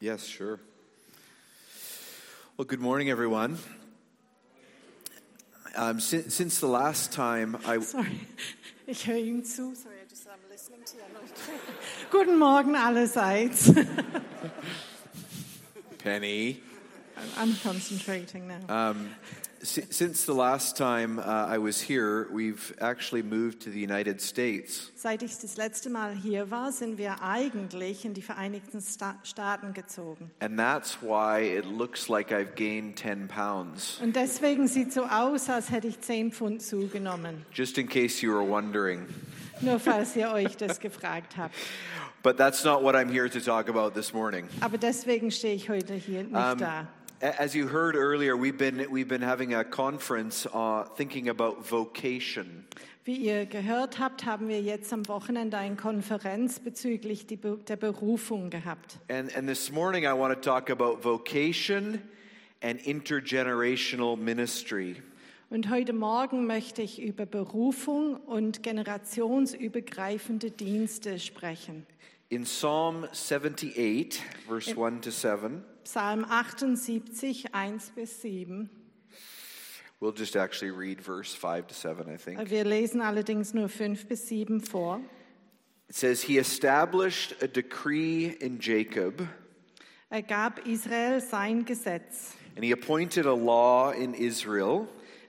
Yes, sure. Well, good morning, everyone. Um, since, since the last time I. Sorry, ich höre ihm zu. Sorry, I just, I'm listening to you. I'm not- Guten Morgen allerseits. Penny. I'm concentrating now. Ah. um, Si- since the last time uh, I was here, we've actually moved to the United States. Seit ich das letzte Mal hier war, sind wir eigentlich in die Vereinigten Sta Staaten gezogen. And that's why it looks like I've gained 10 pounds, Und deswegen sieht so aus, als hätte ich 10 Pfund zugenommen. just in case you were wondering. Nur falls ihr euch das gefragt habt. But that's not what I'm here to talk about this morning. Um, Aber deswegen stehe ich heute hier nicht Ähm. da. A- As you heard earlier, we've been, we've been having a conference uh, thinking about vocation. Wie ihr gehört habt, haben wir jetzt am Wochenende eine Konferenz bezüglich die Be der Berufung gehabt. And, and this morning, I want to talk about vocation and intergenerational ministry. Und heute Morgen möchte ich über Berufung und generationsübergreifende Dienste sprechen. In Psalm 78, verse 1 to 7, Psalm 78, 1 bis 7. we'll just actually read verse 5 to 7, I think. Wir lesen allerdings nur 5 bis 7 vor. It says, He established a decree in Jacob, Er gab Israel sein Gesetz. and he appointed a law in Israel,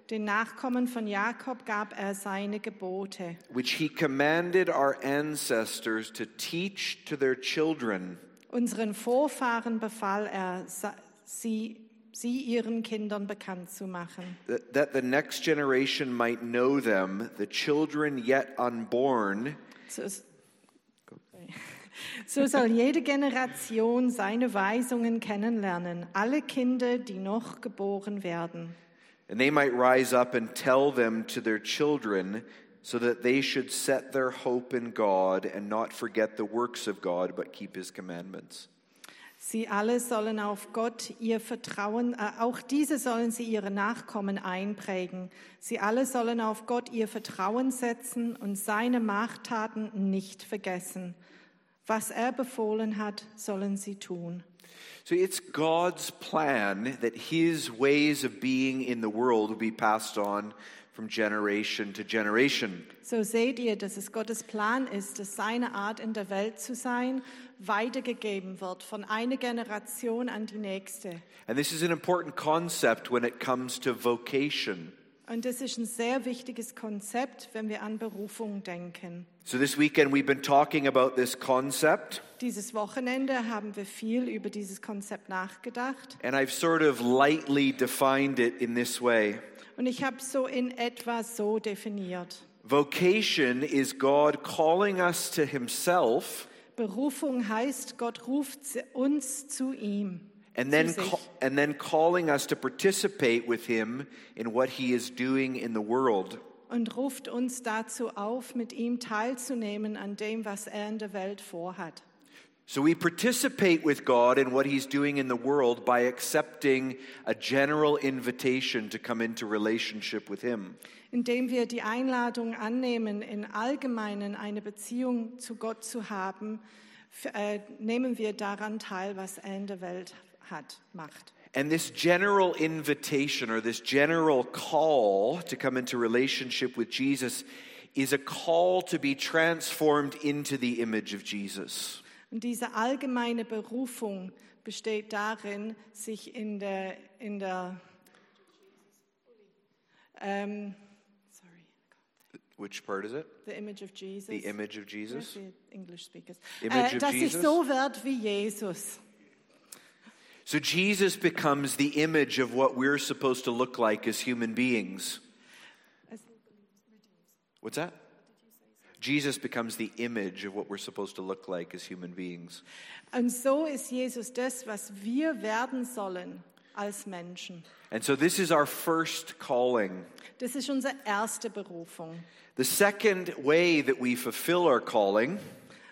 Den Nachkommen von Jakob gab er seine Gebote, which he commanded our ancestors to teach to their children. Unseren Vorfahren befahl er, sa- sie, sie ihren Kindern bekannt zu machen, that, that the next generation might know them, the children yet unborn, So, ist- so soll jede Generation seine Weisungen kennenlernen, alle Kinder, die noch geboren werden. and they might rise up and tell them to their children, so that they should set their hope in God and not forget the works of God, but keep his commandments. Sie alle sollen auf Gott ihr Vertrauen, äh, auch diese sollen sie ihre Nachkommen einprägen. Sie alle sollen auf Gott ihr Vertrauen setzen und seine Machttaten nicht vergessen. Was er befohlen hat, sollen sie tun. So it's God's plan that his ways of being in the world will be passed on from generation to generation. So seht ihr, dass es Gottes Plan ist, dass seine Art in der Welt zu sein weitergegeben wird von einer Generation an die nächste. And this is an important concept when it comes to vocation. Und das ist ein sehr wichtiges Konzept, wenn wir an Berufung denken. So this weekend we've been talking about this concept. Dieses Wochenende haben wir viel über dieses Konzept nachgedacht And I've sort of lightly defined it in this way und ich habe so in etwa so definiert. Vocation is God calling us to Himself Berufung heißt, Gott ruft uns zu ihm. and zu then, sich. ca- and then calling us to participate with Him in what He is doing in the world. und ruft uns dazu auf, mit ihm teilzunehmen an dem, was er in der Welt vorhat. So we participate with God in what He's doing in the world by accepting a general invitation to come into relationship with Him. Indem wir die Einladung annehmen, in allgemeinen eine Beziehung zu Gott zu haben, f- äh, nehmen wir daran teil, was er in der Welt hat, macht. And this general invitation or this general call to come into relationship with Jesus is a call to be transformed into the image of Jesus. Und diese allgemeine Berufung besteht darin, sich in der, in der ähm, sorry, Which part is it? the image of Jesus. The image of Jesus. Für English speakers. Image äh, of dass Jesus? ich so werde wie Jesus. So Jesus becomes the image of what we're supposed to look like as human beings. What's that? Jesus becomes the image of what we're supposed to look like as human beings. Und so ist Jesus das, was wir werden sollen als Menschen. And so this is our first calling. Das ist unsere erste Berufung. The second way that we fulfill our calling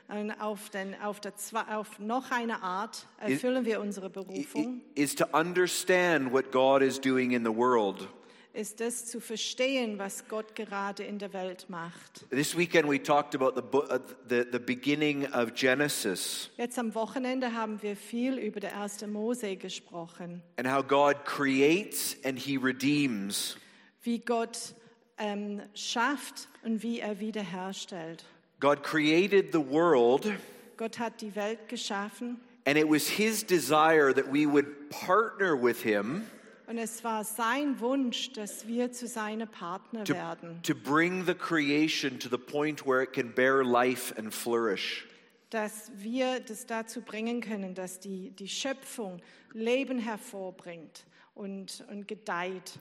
Und auf, den, auf, der, zwe- auf noch eine Art erfüllen wir unsere i- Berufung, is to understand what God is doing in the world. ist es zu verstehen, was Gott gerade in der Welt macht. This weekend, we talked about the, bo- uh, the, the beginning of Genesis Jetzt am Wochenende haben wir viel über der erste Mose gesprochen, and how God creates and he redeems. wie Gott ähm, schafft und wie er wiederherstellt. God created the world, Gott hat die Welt geschaffen and it was his desire that we would partner with him und es war sein Wunsch, dass wir zu seinen Partner to, werden, to bring the creation to the point where it can bear life and flourish. dass wir das dazu bringen können, dass die, die Schöpfung Leben hervorbringt und, und gedeiht.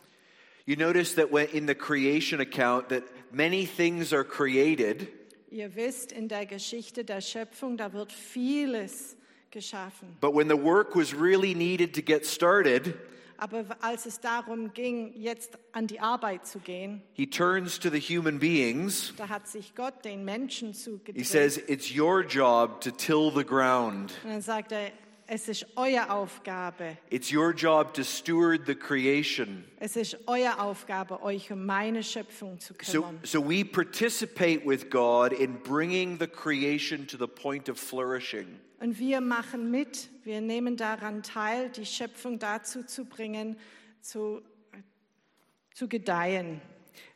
You notice that when, in the creation account that many things are created, Ihr wisst, in der Geschichte der Schöpfung, da wird vieles geschaffen. but when the work was really needed to get started, Aber als es darum ging, jetzt an die Arbeit zu gehen, he turns to the human beings. da hat sich Gott den Menschen He zugedreht. says, "It's your job to till the ground. Und dann sagt er, es ist eure Aufgabe. It's your job to steward the creation." Es ist eure Aufgabe, euch um meine Schöpfung zu So, kümmern. so we participate with God in bringing the creation to the point of flourishing. Und wir machen mit, wir nehmen daran teil, die Schöpfung dazu zu bringen, zu, zu gedeihen.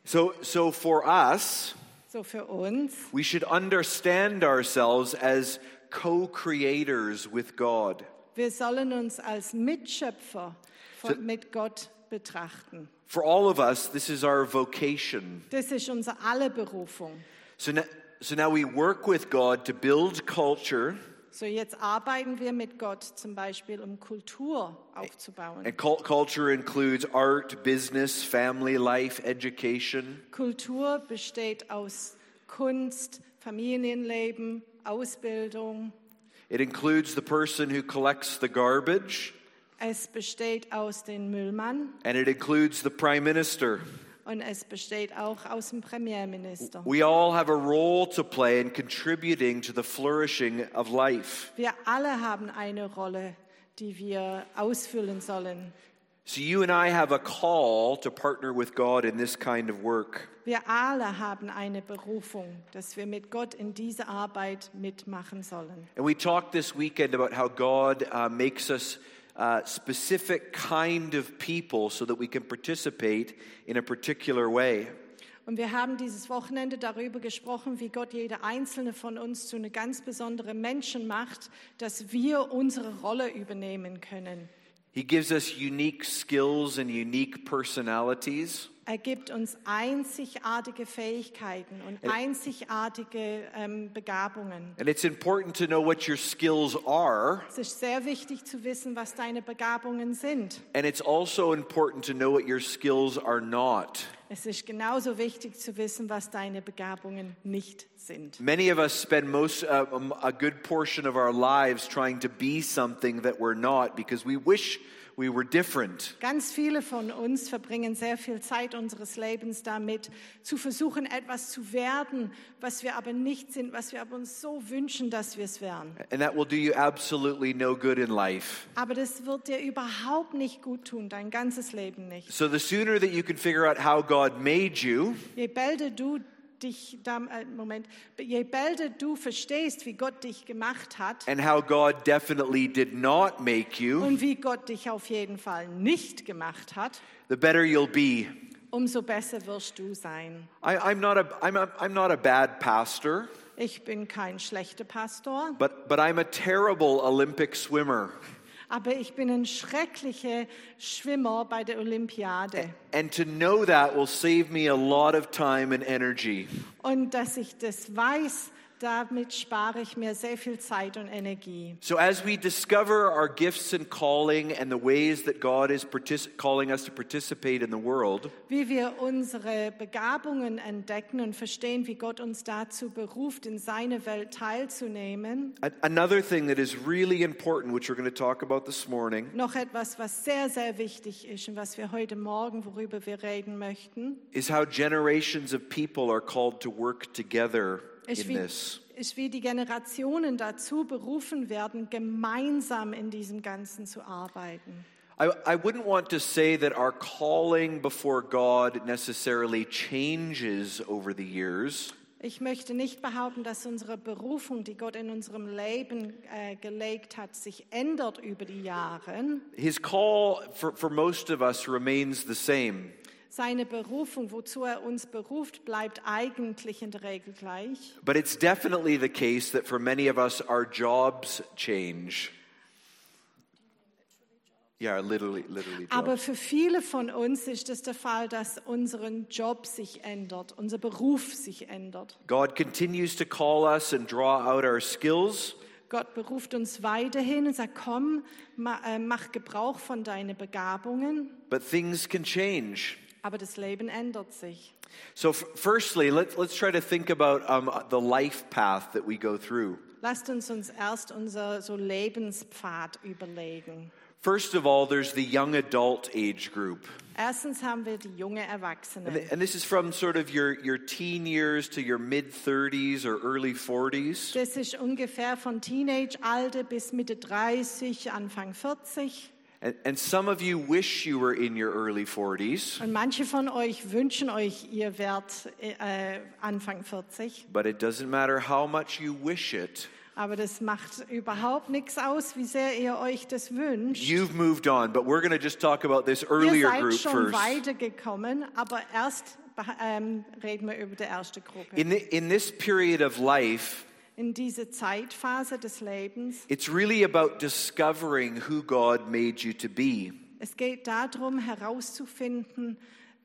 So, so for us, So für uns. we should understand ourselves as co-creators with God. Wir sollen uns als Mitschöpfer von, mit Gott betrachten. For all of us, this is our vocation. Das ist unsere alle Berufung. So now, so now we work with God to build culture, So jetzt arbeiten wir mit Gott zum Beispiel, um Kultur aufzubauen. and cult- culture includes art, business, family life, education. Kultur besteht aus Kunst, Familienleben, Ausbildung. It includes the person who collects the garbage, Es besteht aus dem Müllmann and it includes the prime minister. und es besteht auch aus dem Premierminister. We all have a role to play in contributing to the flourishing of life. Wir alle haben eine Rolle, die wir ausfüllen sollen. So you and I have a call to partner with God in this kind of work. Wir alle haben eine Berufung, dass wir mit Gott in diese Arbeit mitmachen sollen. And we talked this weekend about how God uh, makes us uh, specific kind of people so that we can participate in a particular way. Und wir haben dieses Wochenende darüber gesprochen, wie Gott jeder einzelne von uns zu einem ganz besonderen Menschen macht, dass wir unsere Rolle übernehmen können. He gives us unique skills and unique personalities. Er gibt uns einzigartige Fähigkeiten und einzigartige ähm, Begabungen. And it's important to know what your skills are, Es ist sehr wichtig zu wissen, was deine Begabungen sind. and it's also important to know what your skills are not. Es ist genauso wichtig zu wissen, was deine Begabungen nicht sind. Many of us spend most uh, um, a good portion of our lives trying to be something that we're not because we wish we were different. Ganz viele von uns verbringen sehr viel Zeit unseres Lebens damit, zu versuchen, etwas zu werden, was wir aber nicht sind, was wir aber uns so wünschen, dass wir es wären. And that will do you absolutely no good in life. Aber das wird dir überhaupt nicht gut tun, dein ganzes Leben nicht. So the sooner that you can figure out how God made you, Je bälder du dich, dam- äh, Moment, je bälder du verstehst, wie Gott dich gemacht hat and how God definitely did not make you, und wie Gott dich auf jeden Fall nicht gemacht hat, the better you'll be. umso besser wirst du sein. I, I'm, not a, I'm, a, I'm not a bad pastor, Ich bin kein schlechter Pastor. but, but I'm a terrible Olympic swimmer. Aber ich bin ein schrecklicher Schwimmer bei der Olympiade. And to know that will save me a lot of time and energy. Und dass ich das weiß, damit spare ich mir sehr viel Zeit und Energie. So, as we discover our gifts and calling and the ways that God is partic- calling us to participate in the world, Wie wir unsere Begabungen entdecken und verstehen, wie Gott uns dazu beruft, in seine Welt teilzunehmen. a- another thing that is really important, which we're going to talk about this morning, Noch etwas, was sehr, sehr wichtig ist und was wir heute Morgen, worüber wir reden möchten, is how generations of people are called to work together ist in wie, this. ist wie die Generationen dazu berufen werden, gemeinsam in diesem Ganzen zu arbeiten. I, I wouldn't want to say that our calling before God necessarily changes over the years, Ich möchte nicht behaupten, dass unsere Berufung, die Gott in unserem Leben äh, gelegt hat, sich ändert über die Jahre. His call for, for most of us remains the same. Seine Berufung, wozu er uns beruft, bleibt eigentlich in der Regel gleich. But it's definitely the case that for many of us, our jobs change. Yeah, literally, literally. Aber Jobs. für viele von uns ist es der Fall, dass unseren Job sich ändert, unser Beruf sich ändert. God continues to call us and draw out our skills, Gott beruft uns weiterhin und sagt, komm, ma, äh, mach Gebrauch von deinen Begabungen, but things can change. aber das Leben ändert sich. So, f- firstly, let's, let's try to think about um, the life path that we go through. Lasst uns uns erst unser so Lebenspfad überlegen. First of all, there's the young adult age group. Erstens haben wir die junge And, Erwachsene. th- and this is from sort of your, your teen years to your mid 30s or early 40s. Das ist ungefähr von Teenage-Alter bis Mitte 30, Anfang 40. And, and some of you wish you were in your early 40s, Und manche von euch wünschen euch, ihr wärt äh, Anfang 40. but it doesn't matter how much you wish it. Aber das macht überhaupt nichts aus, wie sehr ihr euch das wünscht. You've moved on, but we're going to just talk about this Ihr earlier seid group schon first. weitergekommen, aber erst beha- ähm, reden wir über die erste Gruppe. In, the, in this period of life, In diese Zeitphase des Lebens, it's really about discovering who God made you to be. es geht darum herauszufinden,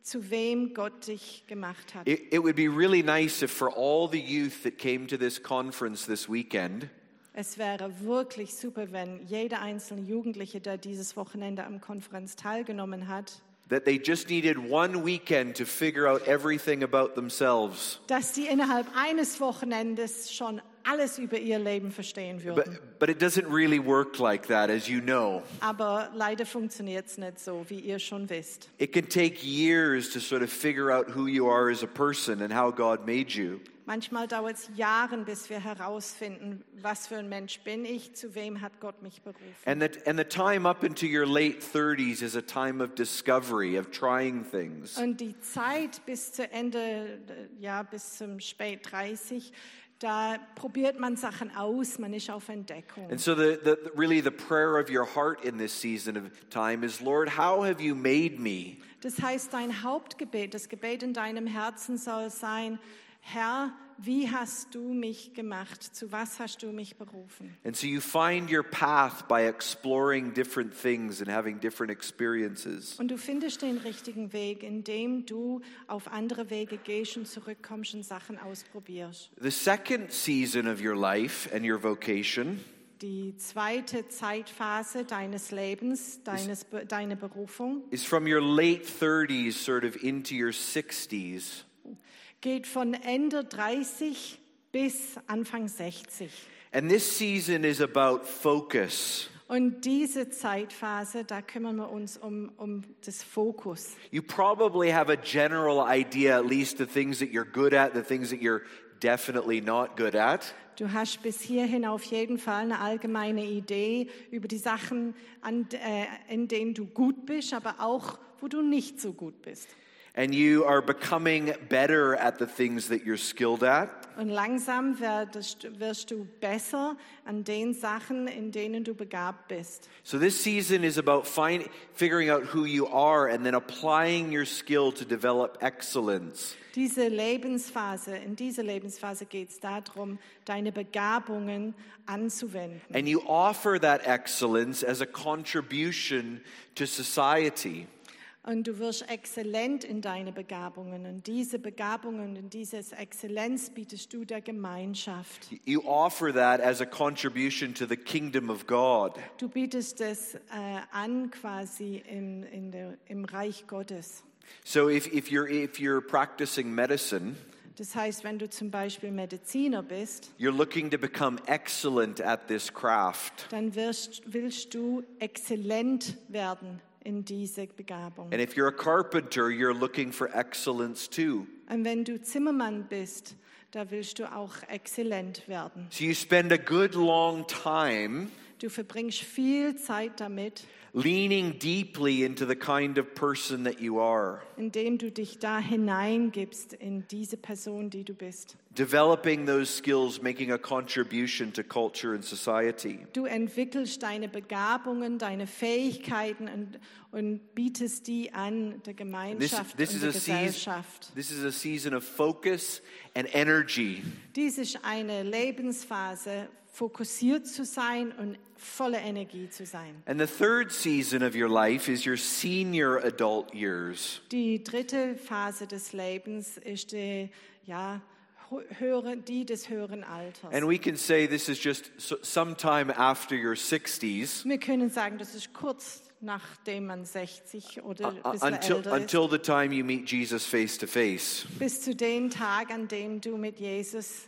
zu wem Gott dich gemacht hat. It, it would be really nice if, for all the youth that came to this conference this weekend, Es wäre wirklich super, wenn jeder einzelne Jugendliche, der dieses Wochenende am Konferenz teilgenommen hat, that they just needed one weekend to figure out everything about themselves. dass die innerhalb eines Wochenendes schon alles über ihr Leben verstehen würden. But, but it doesn't really work like that, as you know. Aber leider funktioniert es nicht so, wie ihr schon wisst. It can take years to sort of figure out who you are as a person and how God made you. Manchmal dauert es Jahre, bis wir herausfinden, was für ein Mensch bin ich, zu wem hat Gott mich berufen. And the, and the time up into your late 30s is a time of discovery, of trying things. Und die Zeit bis zu Ende, äh, ja, bis zum spät 30, da probiert man Sachen aus, man ist auf Entdeckung. And so, the, the, really, the prayer of your heart in this season of time is Lord, how have you made me? Das heißt, dein Hauptgebet, das Gebet in deinem Herzen soll sein, Herr, wie hast du mich gemacht? Zu was hast du mich berufen? And so you find your path by exploring different things and having different experiences. Und du findest den richtigen Weg, indem du auf andere Wege gehst und zurückkommst und Sachen ausprobierst. The second season of your life and your vocation Die zweite Zeitphase deines Lebens, deines, deine Berufung, is from your late 30s sort of into your 60s. geht von Ende 30 bis Anfang 60. And this season is about focus. Und diese Zeitphase, da kümmern wir uns um, um das Fokus. You probably have a general idea, at least the things that you're good at, the things that you're definitely not good at. Du hast bis hierhin auf jeden Fall eine allgemeine Idee über die Sachen, an, äh, in denen du gut bist, aber auch, wo du nicht so gut bist. And you are becoming better at the things that you're skilled at. Und langsam werdest, wirst du besser an den Sachen, in denen du begabt bist. So this season is about find, figuring out who you are and then applying your skill to develop excellence. Diese Lebensphase, in dieser Lebensphase geht es darum, deine Begabungen anzuwenden. And you offer that excellence as a contribution to society. Und du wirst exzellent in deine Begabungen. Und diese Begabungen und dieses Exzellenz bietest du der Gemeinschaft. You offer that as a contribution to the kingdom of God. Du bietest es äh, an quasi in, in der, im Reich Gottes. So if, if, you're, if you're practicing medicine, Das heißt, wenn du zum Beispiel Mediziner bist, you're looking to become excellent at this craft. dann wirst, willst du exzellent werden in diese Begabung. And if you're a carpenter, you're looking for excellence too. Und wenn du Zimmermann bist, da willst du auch exzellent werden. So you spend a good long time Du verbringst viel Zeit damit, leaning deeply into the kind of person that you are, indem du dich da hineingibst in diese Person, die du bist. developing those skills, making a contribution to culture and society. Du entwickelst deine Begabungen, deine Fähigkeiten und, und bietest die an der This, Gemeinschaft this und is der a season. Gesellschaft. This is a season of focus and energy. Dies ist eine Lebensphase, fokussiert zu sein und voller Energie zu sein. And the third season of your life is your senior adult years. Die dritte Phase des Lebens ist die, ja, hö- höhere, die des höheren Alters. And we can say this is just so- sometime after your 60s Wir können sagen, das ist kurz nachdem man 60 uh, oder ein uh, bisschen until, er älter ist, until the time you meet Jesus face to face. bis zu dem Tag, an dem du mit Jesus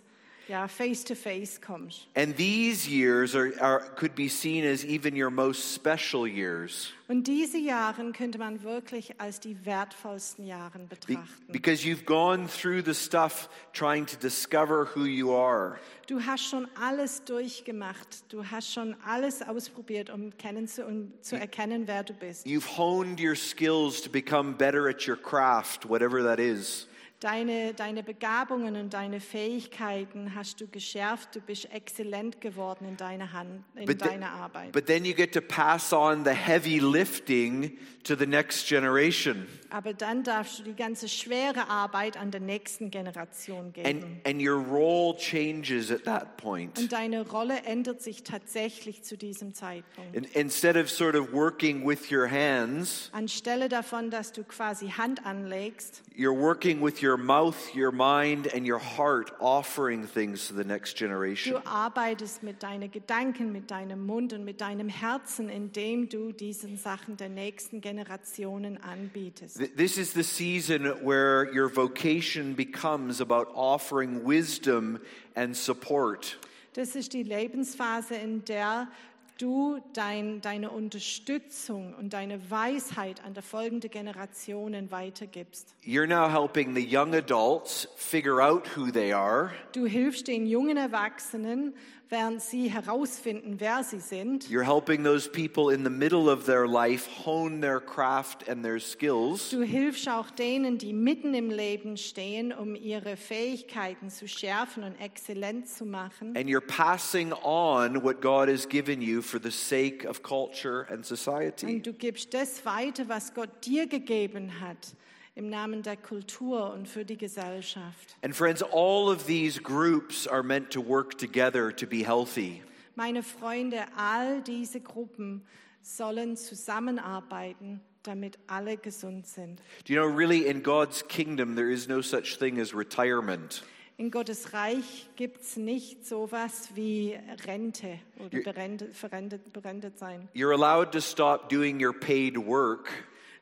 ja, face to face kommst. And these years are, are, could be seen as even your most special years Und diese Jahre könnte man wirklich als die wertvollsten Jahre be- betrachten. because you've gone through the stuff trying to discover who you are. Du hast schon alles durchgemacht. Du hast schon alles ausprobiert, um, kennen zu, um zu erkennen, wer du bist. You've honed your skills to become better at your craft, whatever that is. Deine, deine Begabungen und deine Fähigkeiten hast du geschärft. Du bist exzellent geworden in deiner Hand, in But, the- deiner Arbeit. but then you get to pass on the heavy lifting to the next generation. Aber dann darfst du die ganze schwere Arbeit an der nächsten Generation geben. And, and your role changes at that point. und deine Rolle ändert sich tatsächlich zu diesem Zeitpunkt. In, instead of sort of working with your hands, Anstelle davon, dass du quasi Hand anlegst, you're working with your mouth, your mind, and your heart, offering things to the next generation. Du arbeitest mit deinen Gedanken, mit deinem Mund und mit deinem Herzen, indem du diesen Sachen der nächsten Generationen anbietest. Th- This is the season where your vocation becomes about offering wisdom and support. Das ist die Lebensphase, in der du dein, deine Unterstützung und deine Weisheit an der folgende Generationen weitergibst. You're now helping the young adults figure out who they are. Du hilfst den jungen Erwachsenen, während sie herausfinden, wer sie sind. You're helping those people in the middle of their life hone their craft and their skills. Du hilfst auch denen, die mitten im Leben stehen, um ihre Fähigkeiten zu schärfen und exzellent zu machen. And you're passing on what God has given you for the sake of culture and society. Und du gibst das weiter, was Gott dir gegeben hat, im Namen der Kultur und für die Gesellschaft. And friends, all of these groups are meant to work together to be healthy. Meine Freunde, all diese Gruppen sollen zusammenarbeiten, damit alle gesund sind. Do you know, really, in God's kingdom, there is no such thing as retirement. In Gottes Reich gibt es nicht sowas wie Rente oder Ihr- berendet, verrentet, berendet sein. You're allowed to stop doing your paid work,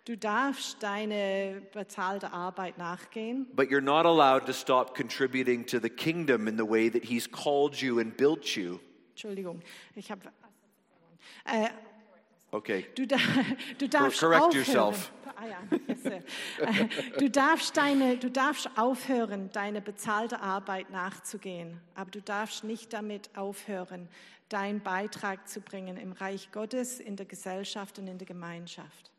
Du darfst deine bezahlte Arbeit nachgehen, but you're not allowed to stop contributing to the kingdom in the way that He's called you and built you. Entschuldigung, ich habe. Äh, Okay. Du, da, du darfst correct aufhören. yourself. Ah, ja. yes, sir. Äh, du, darfst deine, du darfst aufhören, deine bezahlte Arbeit nachzugehen, aber du darfst nicht damit aufhören, deinen Beitrag zu bringen im Reich Gottes, in der Gesellschaft und in der Gemeinschaft.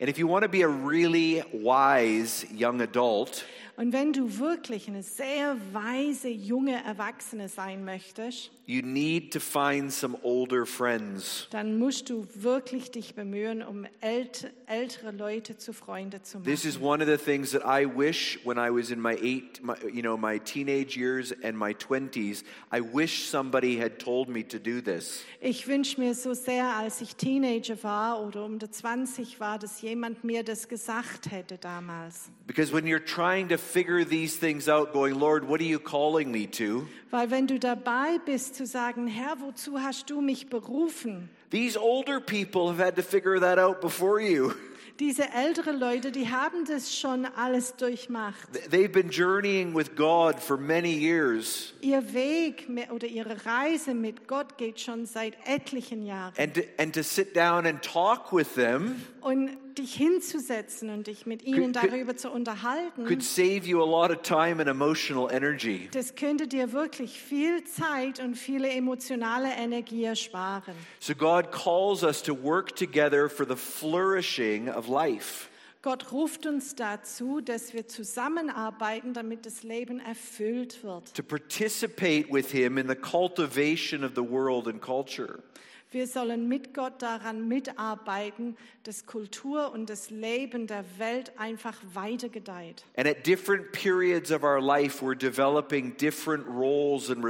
And if you want to be a really wise young adult, Und wenn du wirklich eine sehr weise junge Erwachsene sein möchtest, you need to find some older friends. dann musst du wirklich dich bemühen, um ält, ältere Leute zu Freunde zu machen. This is one of the things that I wish when I was in my eight, my, you know, my teenage years and my 20s, I wish somebody had told me to do this. Ich wünsche mir so sehr, als ich Teenager war oder um die 20 war, dass jemand mir das gesagt hätte damals. Because when you're trying to figure these things out, going, Lord, what are you calling me to? Weil wenn du dabei bist zu sagen, Herr, wozu hast du mich berufen? These older people have had to figure that out before you. Diese älteren Leute, die haben das schon alles durchmacht. Th- They've been journeying with God for many years. Ihr Weg mi- oder ihre Reise mit Gott geht schon seit etlichen Jahren. And to, and to sit down and talk with them Und dich hinzusetzen und dich mit ihnen Could- could- darüber zu unterhalten, could save you a lot of time and emotional energy. das könnte dir wirklich viel Zeit und viele emotionale Energie ersparen. So God calls us to work together for the flourishing of life. Gott ruft uns dazu, dass wir zusammenarbeiten, damit das Leben erfüllt wird. to participate with him in the cultivation of the world and culture. Wir sollen mit Gott daran mitarbeiten, dass Kultur und das Leben der Welt einfach weiter gedeiht. And at different periods of our life, we're developing different roles and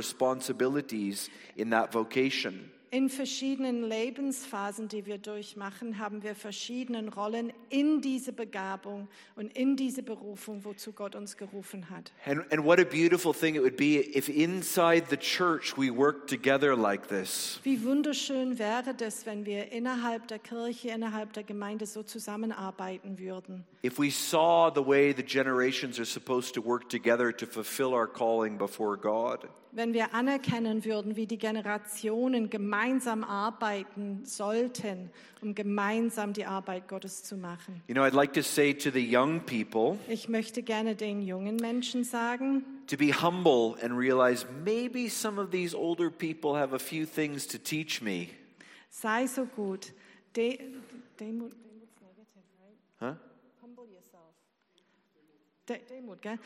responsibilities in that vocation. In verschiedenen Lebensphasen, die wir durchmachen, haben wir verschiedenen Rollen in diese Begabung und in diese Berufung, wozu Gott uns gerufen hat. And, and what a beautiful thing it would be if inside the church we worked together like this. Wie wunderschön wäre das, wenn wir innerhalb der Kirche, innerhalb der Gemeinde so zusammenarbeiten würden. If we saw the way the generations are supposed to work together to fulfill our calling before God. Wenn wir anerkennen würden, wie die Generationen gemeinsam arbeiten sollten, um gemeinsam die Arbeit Gottes zu machen. You know, I'd like to say to the young people, Ich möchte gerne den jungen Menschen sagen, to be humble and realize maybe some of these older people have a few things to teach me. sei so gut. De Demut, Huh? De Demut, gell?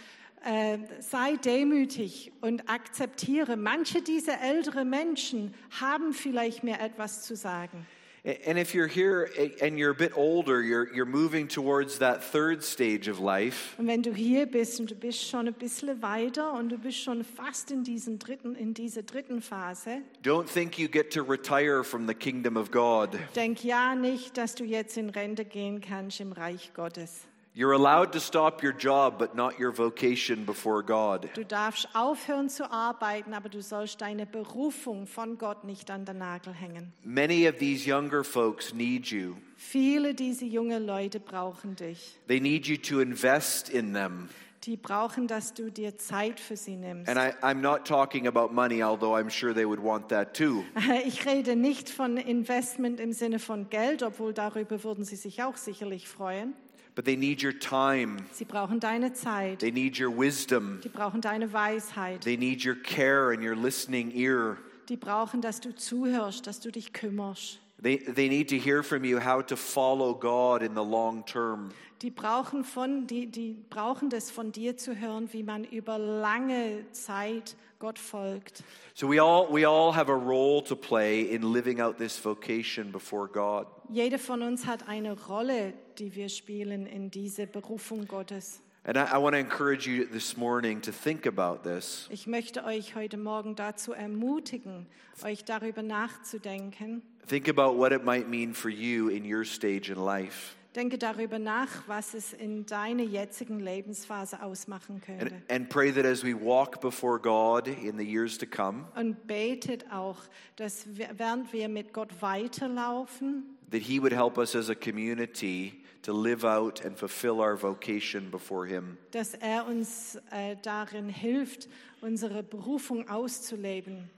Äh, sei demütig und akzeptiere, manche dieser älteren Menschen haben vielleicht mir etwas zu sagen. A- And if you're here a- and you're a bit older, you're, you're moving towards that third stage of life, Und wenn du hier bist und du bist schon ein bisschen weiter und du bist schon fast in, diesen dritten, in dieser dritten Phase, don't think you get to retire from the kingdom of God. denk ja nicht, dass du jetzt in Rente gehen kannst im Reich Gottes. You're allowed to stop your job, but not your vocation before God. Du darfst aufhören zu arbeiten, aber du sollst deine Berufung von Gott nicht an den Nagel hängen. Many of these younger folks need you. Viele dieser jungen Leute brauchen dich. They need you to invest in them. Die brauchen, dass du dir Zeit für sie nimmst. And I, I'm not talking about money, although I'm sure they would want that too. Ich rede nicht von Investment im Sinne von Geld, obwohl darüber würden sie sich auch sicherlich freuen. But they need your time. Sie brauchen deine Zeit. They need your wisdom. Die brauchen deine Weisheit. They need your care and your listening ear. Die brauchen, dass du zuhörst, dass du dich kümmerst. They, they need to hear from you how to follow God in the long term. Die brauchen, von, die, die brauchen das von dir zu hören, wie man über lange Zeit Gott folgt. So we all, we all have a role to play in living out this vocation before God. Jeder von uns hat eine Rolle, die wir spielen in diese Berufung Gottes. And I, I want to encourage you this morning to think about this. Ich möchte euch heute Morgen dazu ermutigen, euch darüber nachzudenken. Think about what it might mean for you in your stage in life. Denke darüber nach, was es in deiner jetzigen Lebensphase ausmachen könnte. And, and pray that as we walk before God in the years to come, Und betet auch, dass wir, während wir mit Gott weiterlaufen, that He would help us as a community to live out and fulfill our vocation before Him. dass er uns äh, darin hilft, unsere Berufung auszuleben.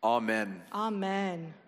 Amen. Amen.